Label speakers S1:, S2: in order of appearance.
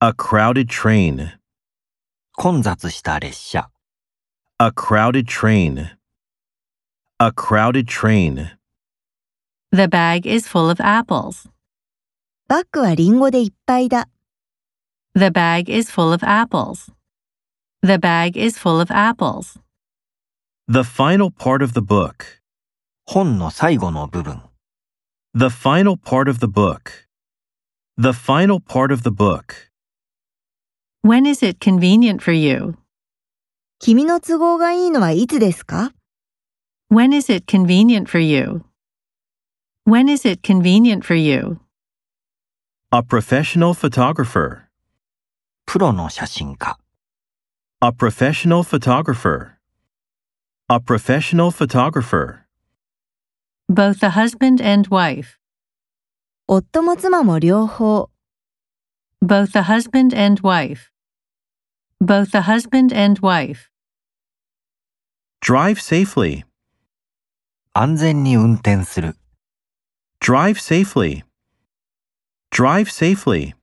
S1: A crowded train.
S2: 混雑した列車、
S1: A crowded train. A crowded train.
S3: The bag is full of apples.
S4: バッグはリンゴでいっぱいだ。
S3: The bag is full of apples. The bag is full of apples.
S1: The final part of the book.
S2: 本の最後の部分、
S1: The final part of the book. The final part of the book.
S3: When is it convenient for you?
S4: 君の都合がいいのはいつですか
S3: When is it convenient for you? When is it convenient for you?
S1: A professional photographer.
S2: プロの写真家、
S1: A professional photographer. A professional photographer.
S3: Both the husband and wife.
S4: 夫も妻も両方。
S3: Both the husband and wife. Both the husband and wife.
S1: Drive safely.
S2: 安全に運転する。
S1: Drive safely. Drive safely.